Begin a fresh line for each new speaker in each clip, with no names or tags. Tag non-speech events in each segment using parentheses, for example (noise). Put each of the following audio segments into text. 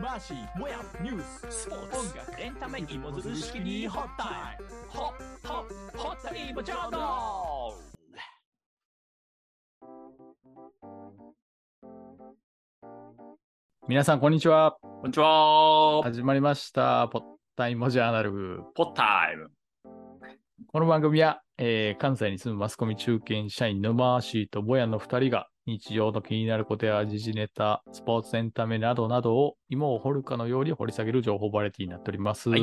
マシもやニュース
スポーツ音楽エンタメ芋づる式にホッタイムホッホッホッタイムジャーナル
皆さん、こんにちは。
こんにちは
始まりました。ポッタイモジャーナル。
ポッタイム
この番組は、えー関西に住むマスコミ中堅社員のマーシーとボヤンの2人が日常の気になることや時事ネタ、スポーツエンタメなどなどを芋を掘るかのように掘り下げる情報バラエティになっております。
はい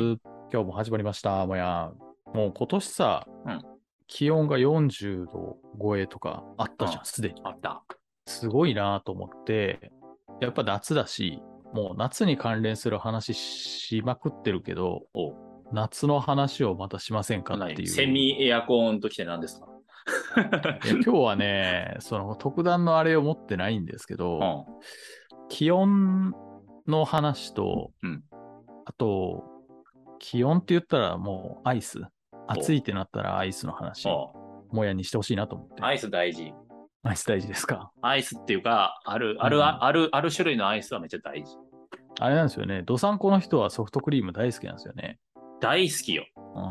今日も始まりました、ボヤン。もう今年さ、
うん
気温が40度超えとかあったじゃ
うん
ん、すでに。
あった
すごいなと思って、やっぱ夏だし、もう夏に関連する話しまくってるけど
お、
夏の話をまたしませんかってい
何
う。
セミエアコンときて何ですか
いや今日はね、その特段のあれを持ってないんですけど、
(laughs) うん
気温の話と、
うん
あと、気温って言ったらもうアイス。暑いってなったらアイスの話、
う
もやにしてほしいなと思って。
んアイス大事
アイス大事ですか。
アイスっていうかあるある、
うん
あるある種類のアイスはめっちゃ大事
あれなんですよね。どさんこの人はソフトクリーム大好きなんですよね。
大好きよ
うん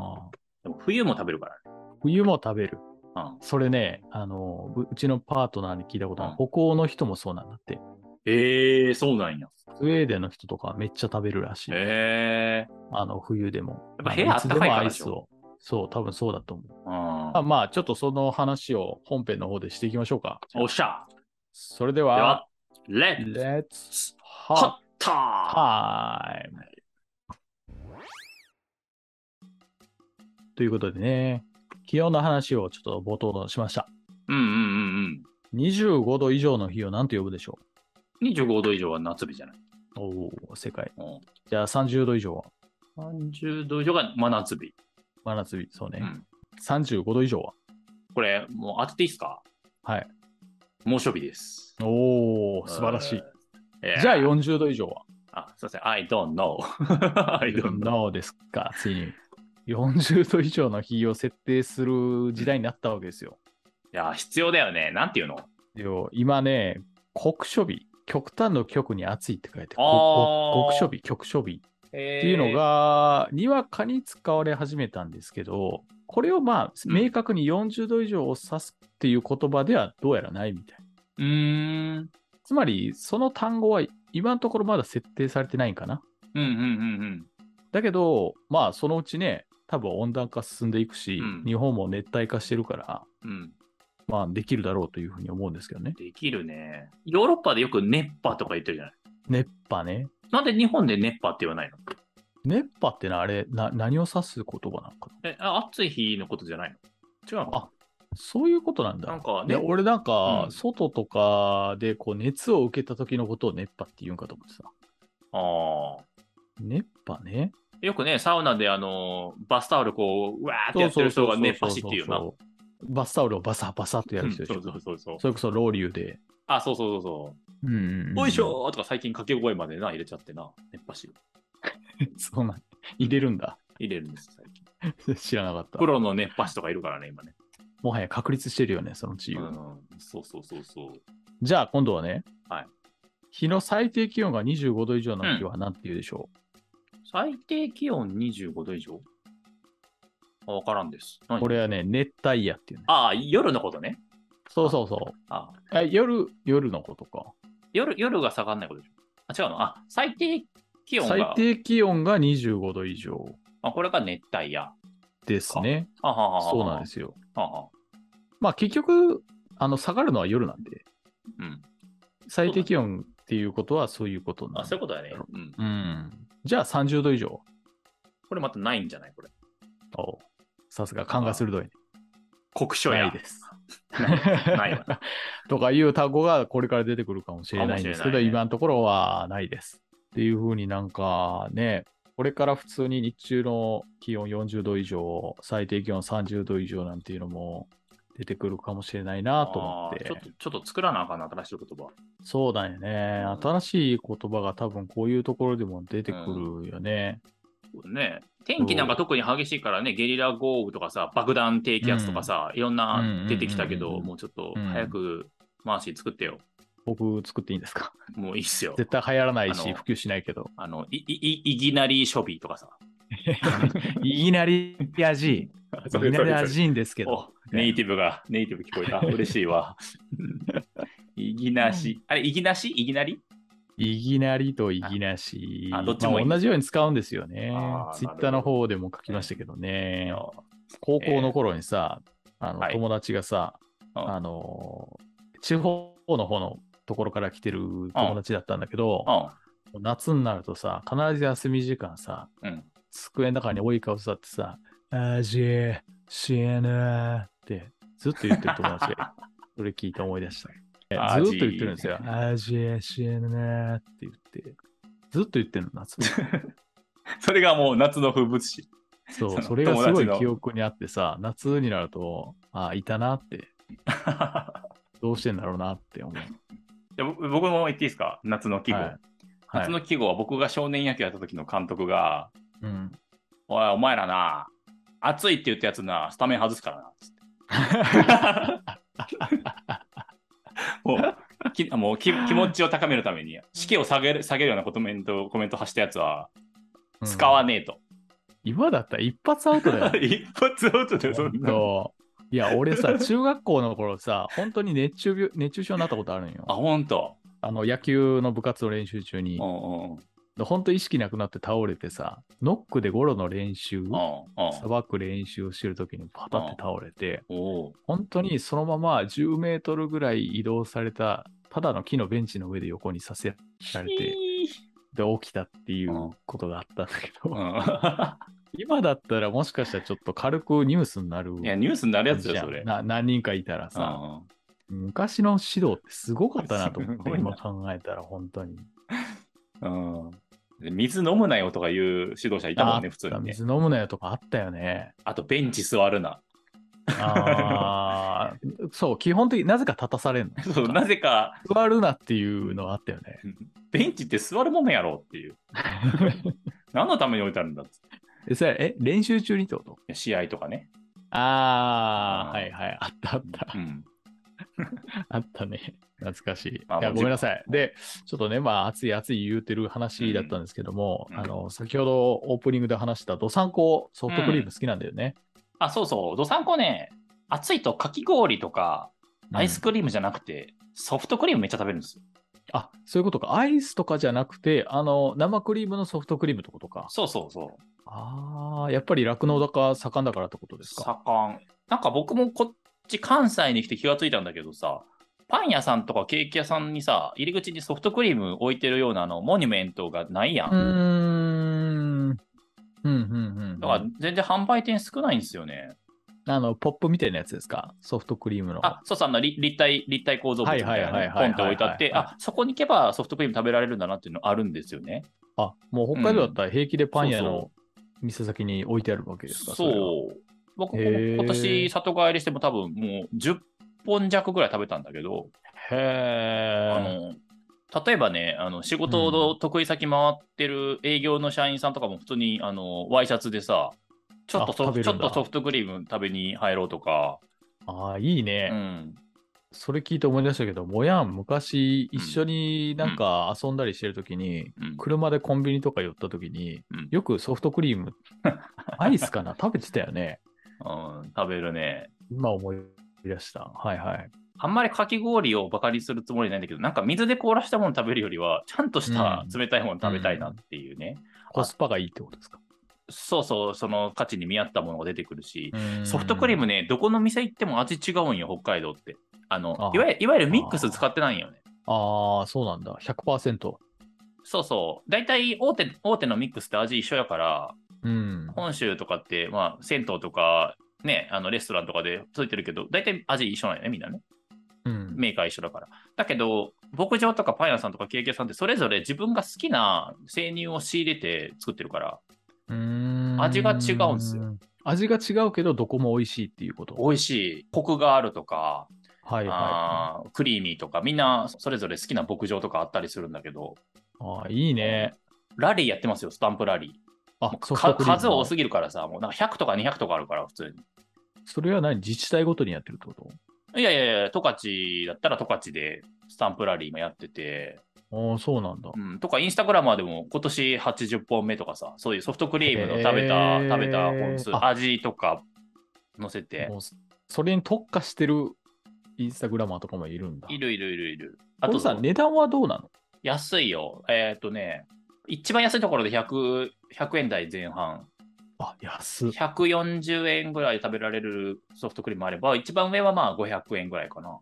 でも冬も食べるからね
冬も食べる。
うん
それね、あの、ううちのパートナーに聞いたことある
う。
北欧の人もそうなんだって。
ええそうなんや
スウェーデンの人とかめっちゃ食べるらしい。
ええ
あの、冬でも。
やっぱ部屋
あのつで
暖
も
かいから
ア
で
イ
し
ス
ょ
を。そう、多分そうだと思う。
うん
まあ、まあ、ちょっとその話を本編の方でしていきましょうか。
おっしゃ
それで
で
は
は、レッツ
Let's
ホッ
Hot
タ
Time! ということでね、気温の話をちょっと冒頭しました。
うんうんうん
25度以上の日を何と呼ぶでしょ
うん。25度以上は夏日じゃない。
うおお、世界。
うん
じゃあ30度以上は
30度以上が真夏日。
真夏日、そうね。
うん
35度以上は
これ、もう当てていいですか
はい。
猛暑日です。
おお、素晴らしい。
えー。
じゃあ40度以上は
あ、すいません。I don't know. (laughs) I don't know.
どうですか、ついに。40度以上の日を設定する時代になったわけですよ。
いや、必要だよね。なんていうの
でも今ね、酷暑日、極端の極に暑いって書いて、
あー
ここ酷暑日、極暑日っていうの、が、にわかに使われ始めたんですけど、これをまあ、
うん
明確に40度以上を指すっていう言葉ではどうやらないみたい。
うーん。
つまり、その単語は今のところまだ設定されてないんかな。
うんうんうん
だけど、まあ、そのうちね、多分温暖化進んでいくし、
うん
日本も熱帯化してるから、
うん。うん。
まあ、できるだろうというふうに思うんですけどね。
できるね。ヨーロッパでよく熱波とか言ってるじゃない。
熱波ね。
なんで日本で熱波って言わないの
熱波ってのはあれ、な何を指す言葉なのかな
え、あ暑い日のことじゃないの違うの
あそういうことなんだ。
なんか
いや
ね
俺なんか、
うん
外とかでこう熱を受けた時のことを熱波って言うんかと思ってさ。
ああ。
熱波ね。
よくね、サウナであのバスタオルこう、うわーってやってる人が熱波師っていうな。
そうそうそうそうバスタオルをバサバサってや
う
る
ん
人
そう
でしょ。
そうそうそう。
それこそロウリュウで。
あ、そうそうそうそ
うんうんう
う。
ん
おいしょーとか最近掛け声までな、入れちゃってな、熱波師
(laughs) そんなん入れるんだ。 (laughs)
入れるんです、最近。
知らなかった
プ。ロの熱波師とかいるからね、今ね。
もはや確立してるよね、その地位
う
を
ん、そうそうそうそう。
じゃあ今度はね、
はい
日の最低気温が25度以上の日は何て言うでしょ
最低気温25度以上あわからんです。
う、
何
これはね、熱帯夜っていうね。
ああ、夜のことね。
そうそうそう。
あ
あ夜、夜のことか。
夜夜が下がんないことでしょ。あ、違うのあ、最低気温
最
が、
低気温が25度以上
あこれが熱帯夜。
ですね。
あははは。
そうなんですすよ。
はは
まあ結局、あの下がるのは夜なんで、
うん。
最低気温っていうことはそういうことな
あ、
ん
そうい
だ。
うことだね。うん。
うん。じゃあ30度以上。
これまたないんじゃないこれ。
おうさすが勘が鋭い、ね。
国書
な
や
い。です。
ないわ。
(laughs) とかいう単語がこれから出てくるかもしれないんですけ
かもしれな
ど、
いね
今のところはないです。っていうふうになんかね、これから普通に日中の気温40度以上、最低気温30度以上なんていうのも出てくるかもしれないなと思っ
あー
て
ちょっ。と、ちょっと作らなあかんな、新しい言葉。
そうだよね。
うん
新しい言葉が多分こういうところでも出てくるよね。
ね。天気なんか特に激しいからね、ゲリラ豪雨とかさ、爆弾低気圧とかさ、いろんな出てきたけ
うんうん
ど、
うんうん
もうちょっと早く、マーシー作ってよ。
僕作っていいんです
(laughs)
か
もういいっすよ。
絶対流行らない
あ
し、
の
普及しないけど。
あの、い、い、い、いぎなり処備とか (laughs) さ。
いきなりや
(laughs)
じい。いきなりやじいんですけど。
おネイティブが、ネイティブ聞こえた。嬉しい (laughs) わ。いぎなし。あれ、いぎなしいぎなり
いきなりといきなし。
あどっちもいい
まあ同じように使うんですよね
あ。ー
ツイッターの方でも書きましたけどね。高校の頃にさ、あの
はい
友達がさ、
うん
あのー地方の方のところから来てる友達だったんだけど、夏になるとさ、必ず休み時間さ、
うん。うん。
机の中に多い顔座ってさ、アジー、シエナーってずっと言ってる友達がいる
(laughs)
それ聞いて思い出した。え
ア
ず
ジ
っと言ってるんですよ。アジー、シエナーって言って、ずっと言ってるの、
(laughs)
夏。
それがもう夏の風物詩。 (laughs)
そ、
そうの
それがすご
友達
い
の
記憶にあってさ、夏になると、ああ、いたなって、どうしてんだろうなっ
(laughs)
て思う。
で僕僕も言っていいですか夏の季語。
はいはい
夏の季語は僕が少年野球やった時の監督が、
うん。
おい、お前らな、暑いって言ったやつな、スタメン外すからな、つって。
(laughs)
もうきもうき気持ちを高めるために、士気を下げる下げるようなコメントコメント発したやつは、使わ
ない。
ねえと。。
今だったら一発アウトだよ
一発アウト (laughs) でそんな。
そういや、俺
(laughs)
さ、中学校の頃さ、本当に熱中病熱中症になったことあるん
あ、
よ。
ほんと。
あの野球の部活の練習中に
う、んうんうん。うん
本当意識なくなって倒れてさ、ノックでゴロの練習、
うん
さばく練習をしてるときにパタって倒れて、
おう
本当にそのまま10メートルぐらい移動された、ただの木のベンチの上で横にさせられて、で、起きたっていうことがあったんだけ
う
ど、
ん (laughs)
今だったらもしかしたらちょっと軽くニュースになる
いや、ニュースになるやつだ
じ
よ、
ゃん
それ。
な何人かいたら
うん
さ、昔の指導ってすごかったなと思っ
す
て、
ごいな
今考えたら本当に。
うんうんで水飲むなよとかいう指導者いたもんね、普通
あ
にね。
水飲むなよとかあった
(laughs)
よね。
あと、ベンチ座るな。 (laughs)
あーそう、基本的になぜか立たされんの。
そうなぜか、
座るなっていうのがあったよね。
ベンチって座るものやろうって
(laughs)
いう。何のために置いてあるんだっつってい
え、それえ練習中にってこと
や試合とかね。
ああ、
あー
はいはい、あったあった
う、ん。
あったね。懐かしい。
まあ
いや
もう
ごめんなさい。で、ちょっとね、まあ、熱い熱い言うてる話だったんですけども、
うんうん
あの、先ほどオープニングで話した、どさんこソフトクリーム好きなんだよね。
あ、そうそう。どさんこね、暑いとかき氷とか、アイス
うん
クリームじゃなくて、ソフトクリームめっちゃ食べるんですよ。
あ、そういうことか。アイスとかじゃなくて、あの、生クリームのソフトクリームってことか。
そうそうそう。
ああ、やっぱり酪農だか盛んだからってことですか。
盛ん。なんか僕もこっち関西に来て気がついたんだけどさ、パン屋さんとかケーキ屋さんにさ、入り口にソフトクリーム置いてるようなあのモニュメントがないやん。
うーん。うんうんうん。
だから全然販売店少ないんですよね。
あの、ポップみたいなやつですか。ソフトクリームの。
あ、そうそう、あの立立体、立体構造物みたいな
はいはい
ね
はい
ポ
はい
ンって置いてあって、
はいはいはい
あ、そこに行けばソフトクリーム食べられるんだなっていうのあるんですよね。
あ、もう北海道だったら平気でパン屋
そう
の店先に置いてあるわけですか。れは
そう。僕も
へー
今年里帰りしても多分もう10本弱ぐらい食べたんだけど、あ
へ
の
え。
例えばね、あの仕事の得意先回ってる営業の社員さんとかも普通にあのワイシャツでさ、ちょっと
あ
ソ
食
フ
べ
ちょ
る
っ
んだ
とソフトクリーム食べに入ろうとか、
ああ、いいうね、
ん、
それ聞いて思い出したけど、もやん、昔、一緒になんか遊んだりしてるときに、
うん
車でコンビニとか寄ったときに、
うん
よくソフトクリー
(laughs)
ム、アイスかな食べてたよね。
うん食べるね。
今思い出した。はいはい。
あんまりかき氷をバカにするつもりないんだけど、なんか水で凍らしたもの食べるよりは、ちゃんとした
うん
冷たいもの食べたいなっていうね。
コスパがいいってことですか。
そうそう、その価値に見合ったものが出てくるし、ソフトクリームね、どこの店行っても味違うんよ、北海道って。あの
あ
いわゆるいわゆるミックス使ってないんよね。
ああ、そうなんだ。100%。
そうそう。大体大手、大手のミックスって味一緒やから、
うん。
本州とかって、まあ、銭湯とか、ね、あのレストランとかでついてるけど、大体味一緒なんよね、みんなね。
うん、
メーカー一緒だから。だけど、牧場とかパン屋さんとかケーキ屋さんって、それぞれ自分が好きな生乳を仕入れて作ってるから、
うーん
味が違うんすよ。
味が違うけど、どこも美味しいっていうこと。
美味しい、コクがあるとか、
はいは
あークリーミーとか、みんなそれぞれ好きな牧場とかあったりするんだけど、
い。ああ、いいね。
ラリーやってますよ、スタンプラリー。
あ
もう、
ソフ
か
トクリームの。
数多すぎるからさ、もうなんか100とか200とかあるから、普通に。
それは何自治体ごとにやってるってこと
いやいやいや、十勝だったら十勝でスタンプラリーもやってて、
ああ、そうなんだ
う。ん、とかインスタグラマーでも今年80本目とかさ、そういうソフトクリームの食べた、
へー
食べた本数、
あ
味とか載せて、
もうそそれに特化してるインスタグラマーとかもいるんだ。
いるいるいるいる。あ
あと
と
さ、値段はどうなの
安いよ。えーっ、とね、一番安いところで100、100円台前半、
あ、安っ。
140円ぐらいで食べられるソフトクリームもあれば、一番上はまあ500円ぐらいかな。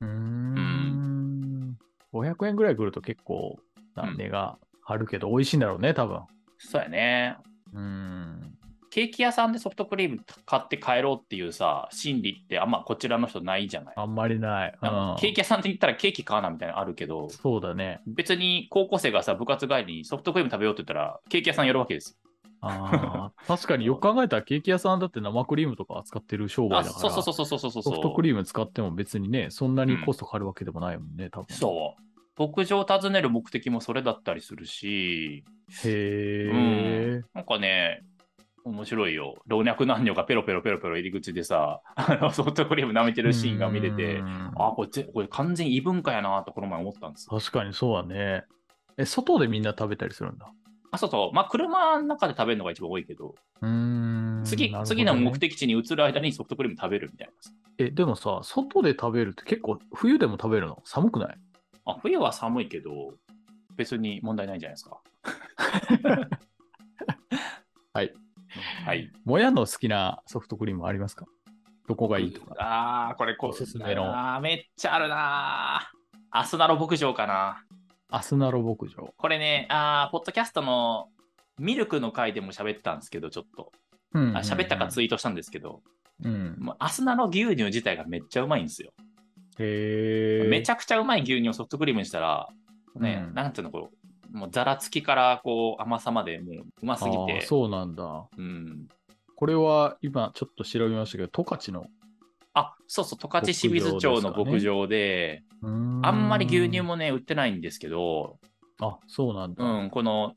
うーん。500円ぐらい来ると結構な
うん
値が張るけど、美味しいんだろうね、多分。
そうやね。
うーん。
ケーキ屋さんでソフトクリーム買って帰ろうっていうさ、心理ってあんまこちらの人ないじゃない。
あんまりない。
なんか
うん
ケーキ屋さんって言ったらケーキ買わなみたいなのあるけど、
そうだね。
別に高校生がさ、部活帰りにソフトクリーム食べようって言ったら、ケーキ屋さんやるわけですよ。
あー確かによく考えたらケーキ屋さんだって生クリームとか扱ってる商売
あ、
だから。
そうそうそうそうそうそうそう。
ソフトクリーム使っても別にね、そんなにコストかかるわけでもないもんね、多分。
そう。牧場を訪ねる目的もそれだったりするし、
へ
う
え。
なんかね、面白いよ。老若男女がペロペロペロペロ入り口でさ、あのソフトクリーム舐めてるシーンが見れ
う
て、
ん
あ、これぜこれ完全異文化やなとこの前思ったんですよ。
確かにそうだね。え、外でみんな食べたりするんだ。
あ、そうそう。まあ、車の中で食べるのが一番多いけど、
うーん
次、
なるほどね
次の目的地に移る間にソフトクリーム食べるみたい
え、でもさ、外で食べるって結構冬でも食べるの寒くない
な。あ、冬は寒いけど、別に問題ないんじゃないですか。
(laughs) はい。
はい。
もやの好きなソフトクリームありますかどこがいいとか。
ああ、これこ
おすすめの
あーめっちゃあるなー。アスナロ牧場かな。
アスナロ牧場。
これね、あーポッドキャストのミルクの回でも喋ったんですけど、ちょっと。
うん
あ喋ったか
い。
ツイートしたんですけど、
うん。
もうアスナの牛乳自体がめっちゃうまいんですよ。
へえ。
めち
ゃ
ゃくちゃうまい牛乳をソフトクリームにしたら、ね、
うん
なんていうの、こう、もうざらつきからこう甘さまでもううますぎて。
そうなんだ。
うん
これは今ちょっと調べましたけど、十勝の。
あ、そうそう、十勝清水町の牧場で、
うー
あんまり牛乳。もね、売ってないんですけど、
あ、そうなんだ。
うん、この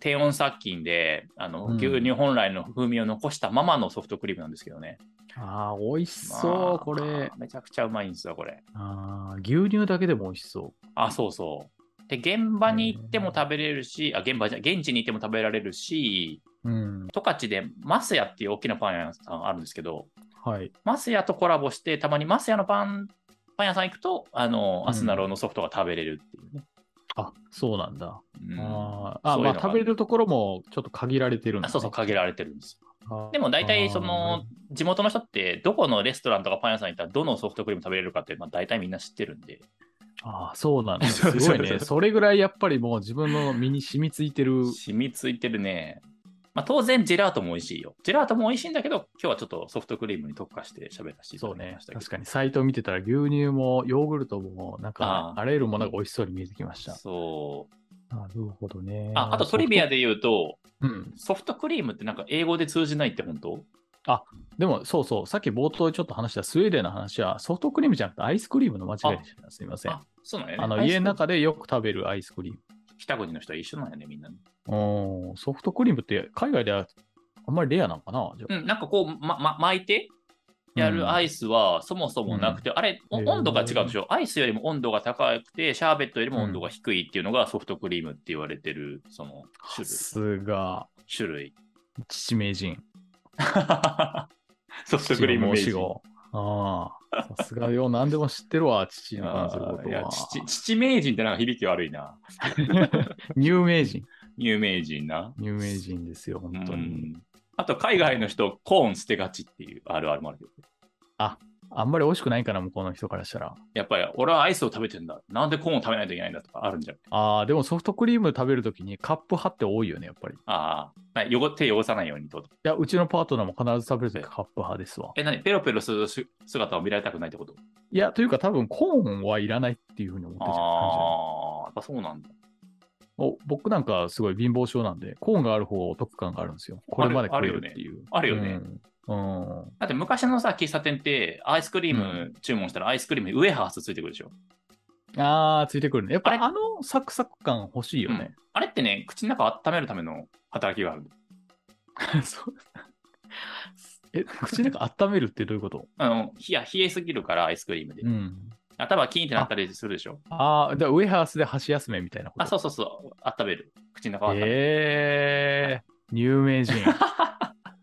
低温殺菌であの、
うん
牛乳本来の風味を残したままのソフトクリームなんですけどね。
ああ、美味し
まあ
そう、これ。。
めちゃくちゃうまいんですよ、これ。
ああ、牛乳だけでも美味しそ
あ、そうそう。で、現場に行っても食べれるし、あ、現場じゃ、現地に行っても食べられるし、
う。うん。
十勝でマスヤっていう大きなパン屋さんあるんですけど、
はい。
マスヤとコラボして、たまにマスヤのパン、パン屋さん行くと、あの、アスナロのソフトが食べれるっていうね。
あ、そうなんだ。
うん
あーあ、
そうい
ま
うの
あ
が
食べれるところもちょっと限られてるんだ、
あ
ね。
そうそう、限られてるんです。
あー。
でも大
あ
体
ー
その、地元の人ってどこのレストランとかパン屋さん行ったらどのソフトクリーム食べれるかってまあ大体みんな知ってるんで
ああ、そうなんだ。す
(laughs) そうそう
ごい
そ
ね。
うそう
それぐらいやっぱりもう自分の身に染みついてる。
染みついてるね、まあ、当然ジェラートも美味しいよジェラートも美味しいんだけど今日はちょっとソフトクリームに特化して喋らせていただ
そう
き
ね
まし。たけど
確かにサイト見てたら牛乳もヨーグルトもなんか
あー
あらゆるものが美味しそうに見えてきました。
そう
なるほどね。
ああとトリビアで言うと
うん。
ソフトクリームってなんか英語で通じないって本当
でもそうそう、さっき冒頭でちょっと話したスウェーデンの話はソフトクリームじゃなくてアイスクリームの間違いでした。すみません。
あそうなんやね
あの
アイス
家の中でよく食べるアイスクリーム。
北国の人は一緒なんやねみんなね
おーソフトクリームって海外ではあんまりレアなんかなじゃあ
うんなんかこう、まま、巻いてやるアイスはそもそもなくて、あれ、お
へー
温度が違うでしょ、アイスよりも温度が高くて、シャーベットよりも温度が低いっていうのがソフトクリームって言われてる、その
さ
種類。
すが、
種類
父名人。
(laughs) ソフトクリーム名
父
人
の申し子ああ、さすがよ、何でも知ってるわ、父の関するこ
あ
と
ーいや
は。
父父名人ってなんか響き悪いな。
有名人。
有名人な。
有名人ですよ、本当
う
に。
んあと、海外の人、コーン捨てがちっていうあるあるもあるけど。
あんまり美味しくないから、向こうの人からしたら。
やっぱり、俺はアイスを食べてんだ。なんでコーンを食べないといけないんだとかあるんじゃない
ああ、でもソフトクリーム食べるときにカップ派って多いよね、やっぱり。い
ああ、な汚手汚さないようにってこと。
や、うちのパートナーも必ず食べるときカップ派ですわ。
え、何ペロペロするし姿を見られたくないってこと
いや、というか多分コーンはいらないっていうふうに思ってる感じだね
ああ、やっぱそうなんだ。
お僕なんかすごい貧乏症なんで、コーンがある方がお得感があるんですよ。これまで食えるっていう。
あるよねあるよ
うん。うん
だって昔のさ、喫茶店って、アイスクリーム注文したら、アイスクリームにウエハースついてくるでしょ。
あー、ついてくるね。やっぱ
あ
あ
れ
のサクサク感欲しいよね。
あれって
(laughs)
ね、口の中を温めるための働きがある。
そうえ、口の中温めるってどういうこと
あの、冷や、冷えすぎるから、アイスクリームで。
うん。
頭キーンってなったりするでしょ。
ああ、だからウェハースで箸休めみたいなこと。
あ、そうそうそう。温める。口の中温める。
えー、有
(laughs)
名人。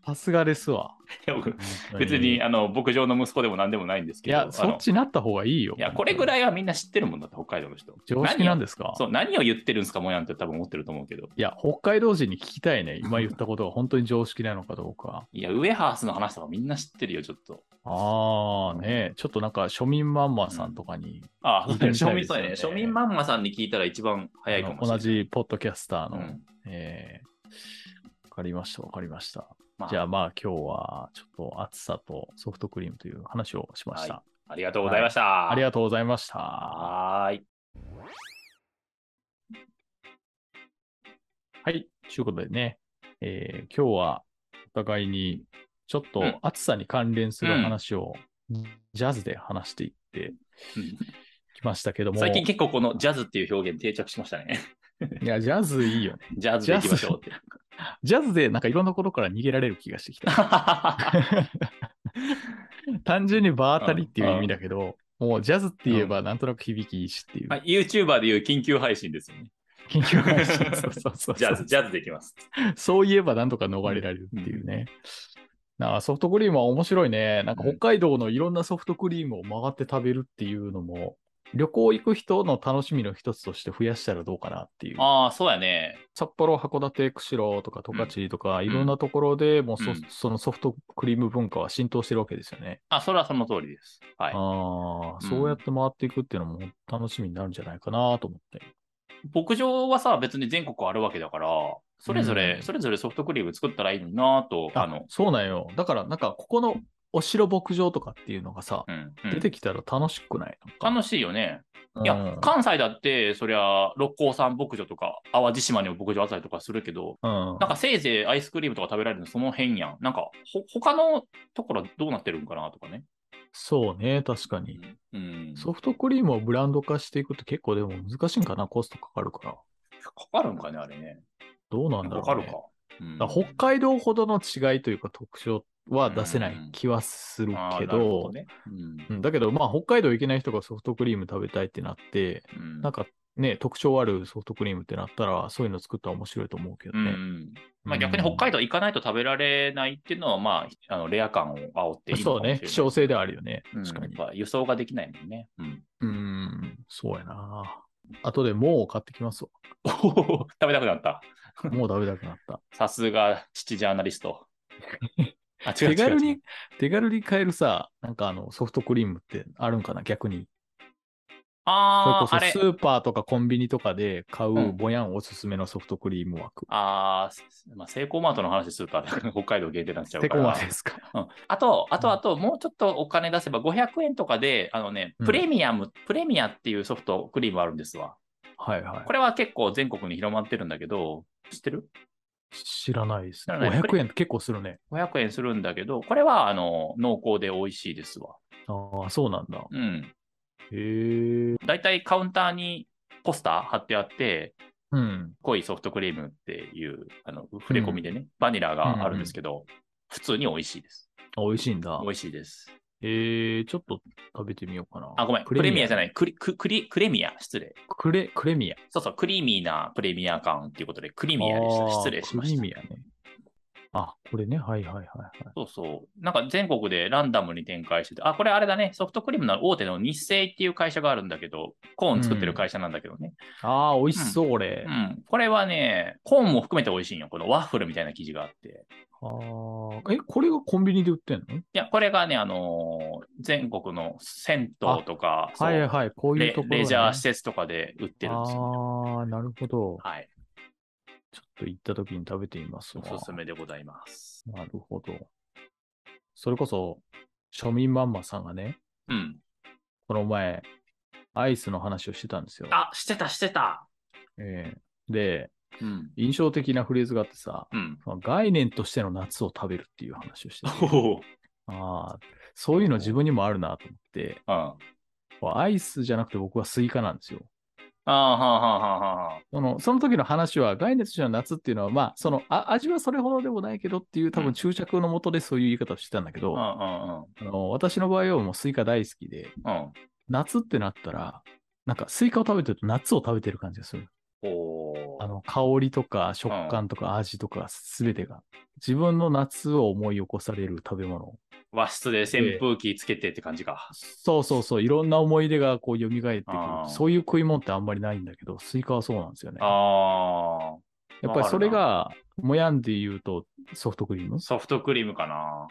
さすがですわ。
いや (laughs) 別に、
本
あの、牧場の息子でも何でもないんです
当に。い
けど。
や、そっちなった方がいいよ。
あのいや、これぐ
い。
らいはみんな知ってるもんだって、北海道の人。
常識なん
で
ですか
そう、何を言ってるんですか、もやんって多分思ってると思うけど。
いや、北海道人に聞きたいね。今言ったことが本当に常識なのかどうか。
いや、ウエハースの話とかみんな知ってるよ、ちょっと。
ああ、ねちょっとなんか庶民マンマさんとかに、
あ
(laughs) 聞いてみたいですよ
庶
ね
民、そうやね。庶民マンマさんに聞いたら一番早いか
あ
もし
の
れない。
同じポッドキャスター
う
の、
ん。
えーわかりました、わかりました。
まあ
じゃあまあ今日はちょっと暑さとソフトクリームという話をしました。
はありがとうございました。
あり
が
がとうございました。
はーい。
はい。ということでね、えー今日はお互いにちょっ
うん
と暑さに関連する
うん
話をジャズで話していって
うん
きましたけども、
最近結構このジャズっていう表現定着しました
(laughs)
ね。
いや、ジャズいいよね。
ジャズでいきましょうって。
ジャズでなんかいろんなことから逃げられる気がし
(laughs)
てきた。単純に場当たりっていう意味だけど、もうジャズって言えばなんとなく響きいいしっていう
ま。
(laughs)
あ YouTuber でいう緊急配信ですよね。
緊急配信そうそうそう
ジャズ、ジャズでいきます。
(laughs) そういえばなんとか逃れられるっていうね。なあソフトクリームは面白いね。なんか北海道のいろんなソフトクリームを曲がって食べるっていうのも、旅行行く人の楽しみの一つとして増やしたらどうかなっていう。
ああ、そうやね。
札幌、函館、釧路とか十勝とか、
ん
いろんなところでもうそ,、
うん
そのソフトクリーム文化は浸透してるわけですよね。
あ、それはその通りです。はい。
ああ、
うん
そうやって回っていくっていうのも楽しみになるんじゃないかなと思って。
牧場はさ、別に全国あるわけだから、それぞれ、
うん
それぞれソフトクリーム作ったらいいのになぁと、あ
あ
の、
そうなんよ。だからなんかここのお城牧場とかっていうのがさ、
うん、うん
出てきたら楽しくないのか
楽しいよね。いや、
うん
関西だって、そりゃ、六甲山牧場とか、淡路島にも牧場あったりとかするけど、
うん
なんかせいぜいアイスクリームとか食べられるのその辺やん。なんか、ほ、他のところどうなってるんかなとかね。
そうね、確かに。
うん。
ソフトクリームをブランド化していくって結構でも難しいんかな、コストかかるから。
かかるんかね、あれね。
どうなんだろ
か
う、ね。
かるか。うん
だから北海道ほどの違いというか特徴は出せない気はする
あー
け
なるほ
ど、
ね。うん
うんだけどまあ北海道行けない人がソフトクリーム食べたいってなって、
うん
なんかね、特徴あるソフトクリームってなったら、そういうの作ったら面白いと思うけど
うんう
ね。
んまあ、逆に北海道行かないと食べられないっていうのは、まあ、あのレア感を煽っていいのか
そ
もし
う
れない
ね、希少性ではあるよね。
うん
確かに。
やっぱ輸送ができないもんね。
(laughs)
うん、
うん、そうやな。あとでもう買ってきますわ。
おほほほ食べたくなった。
もう食べたくなった。
さすが、父ジャーナリス
(laughs)
ト。あ、違う違う違
手
う
軽に、手軽に買えるさ、なんかあのソフトクリームってあるんかな、逆に。それ
あ
こ
あ、
そ
あ
ス
れ。
ーパーとかコンビニとかで買
う
うんぼやんおすすめのソフトクリーム枠。
ああ、すまあ、セイコーマートの話すると、北海道限定になっちゃう
て
か
こ
ら。
までですか。 (laughs)
うん、あと、あ
う
と、
ん
あと、もうちょっとお金出せば、500円とかで、あのね、
うん
プレミアム、プレミアっていうソフトクリームあるんですわ。
はいはい
こ。れは結構全国に広まってるんだけど、知ってる
知らないですね。
知らない
500円って結構するね。
500円するんだけど、これはあの濃厚で美味しいですわ。
ああ、そうなんだ。
うん。
へえ。
だいたいカウンターにポスター貼ってあって、
うん。
濃いソフトクリームっていう、あの、触れ込みでね、バニラがあるんですけど、普通に美味しいです。
あ美味しいんだ
美。味しいです。
えー、ちょっと食べてみようかな。
あ、ごめん。プレミアじゃ
ない。
ない。クリ、ククリ、クレミア。失礼。
クレ、クレミア。
そうそう。クリーミーなプレミア感っていうことで、クリミアで
あ
し
ー
た。失礼しまし
ク
た
レ。ミアね。あ、これね。はいはいはいはい。
そうそう。なんか全国でランダムに展開してて、あ、これあれだね。ソフトクリームの大手の日清っていう会社があるんだけど、コーン作ってる会社なんだけどね。
ああ、美味しそう、俺。
うん、これはね、コーンも含めて美味しいんよ。このワッフルみたいな生地があって。
ああ。え、これがコンビニで売ってんの
いや、これがね、あのー全国の銭湯とか、そう
はいはい、こういう
レ
ところ、ね、
レジャー施
て
設とかで売ってるんですよ、
ああ、なるほど。
はい。
ちょっと行った時に食べてみますわ
おすすめでございます。
なるほど。それこそ、庶民マンマさんがね、
うん。
この前、アイスの話をしてたんですよ。
あ、してた、してた。
ええで、
うん。
印象的なフレーズがあってさ、
うん。 (laughs)
まあ概念としての夏を食べるっていう話をしてて
(laughs) お
ああ、そういうの自分にもあるなと思って、
うん。
アイスじゃなくて僕はスイカなんですよ。
あああ、はあ、はあ、はあ、はあ。
そのその時の話は、来月中の夏っていうのは、まあ、そのあ味はそれほどでもないけどっていう、多
う
分
ん
注釈のもとでそういう言い方をしてたんだけど、あ
う
の私の場合はもうスイカ大好きで、
んうんうん。うん。
夏ってなったら、なんかスイカを食べてると夏を食べてる感じがする。
お
あの香りとか食感とか味とかすべてが、自分の夏を思い起こされる食べ物。
和室で扇風機つけてって感じか。
そうそうそう、いろんな思い出がこう蘇ってくる
あ。ー
そういう食い物ってあんまりないんだけど、スイカはそうなんですよね。
ああ、
やっぱりそれが、もやんで言うとソフトクリーム
ソフトクリームかな。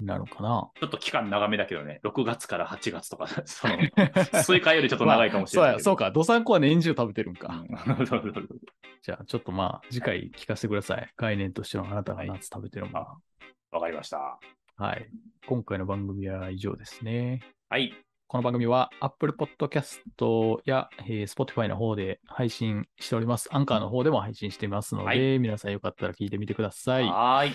なのかな。
ちょっと期間長めだけどね、6月から8月とか、 (laughs) その、スイカよりちょっと長いかもしれない
まあ
け
そう
ど。
や、そうか、ドサンコは年中食べてるんか。
うん。 (laughs) そうそうそう
じゃあ、ちょっとまあ、次回聞かせてください。概念としてのあなたが夏食べてるもの。
わかりました。
はい。今回の番組は以上ですね。
はい。
この番組は Apple Podcast や、えー Spotify の方で配信しております。アンカーの方でも配信していますので、
はい
皆さんよかったら聞いてみてください。
はーい。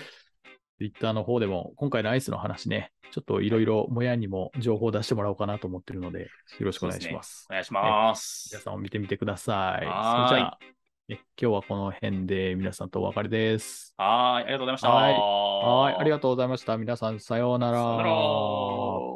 Twitter の方でも今回のアイスの話ね、ちょっといろいろもやにも情報を出してもらおうかなと思ってるので、よろしくお願いします。
お願いします。
皆さんも見てみてください。
はーい
それじゃあ、え今日はこの辺で皆さんとお別れです。
はーい。ありがとうございました。
はいはい、あり
が
がとうございました。皆さん、さようなら。
さようなら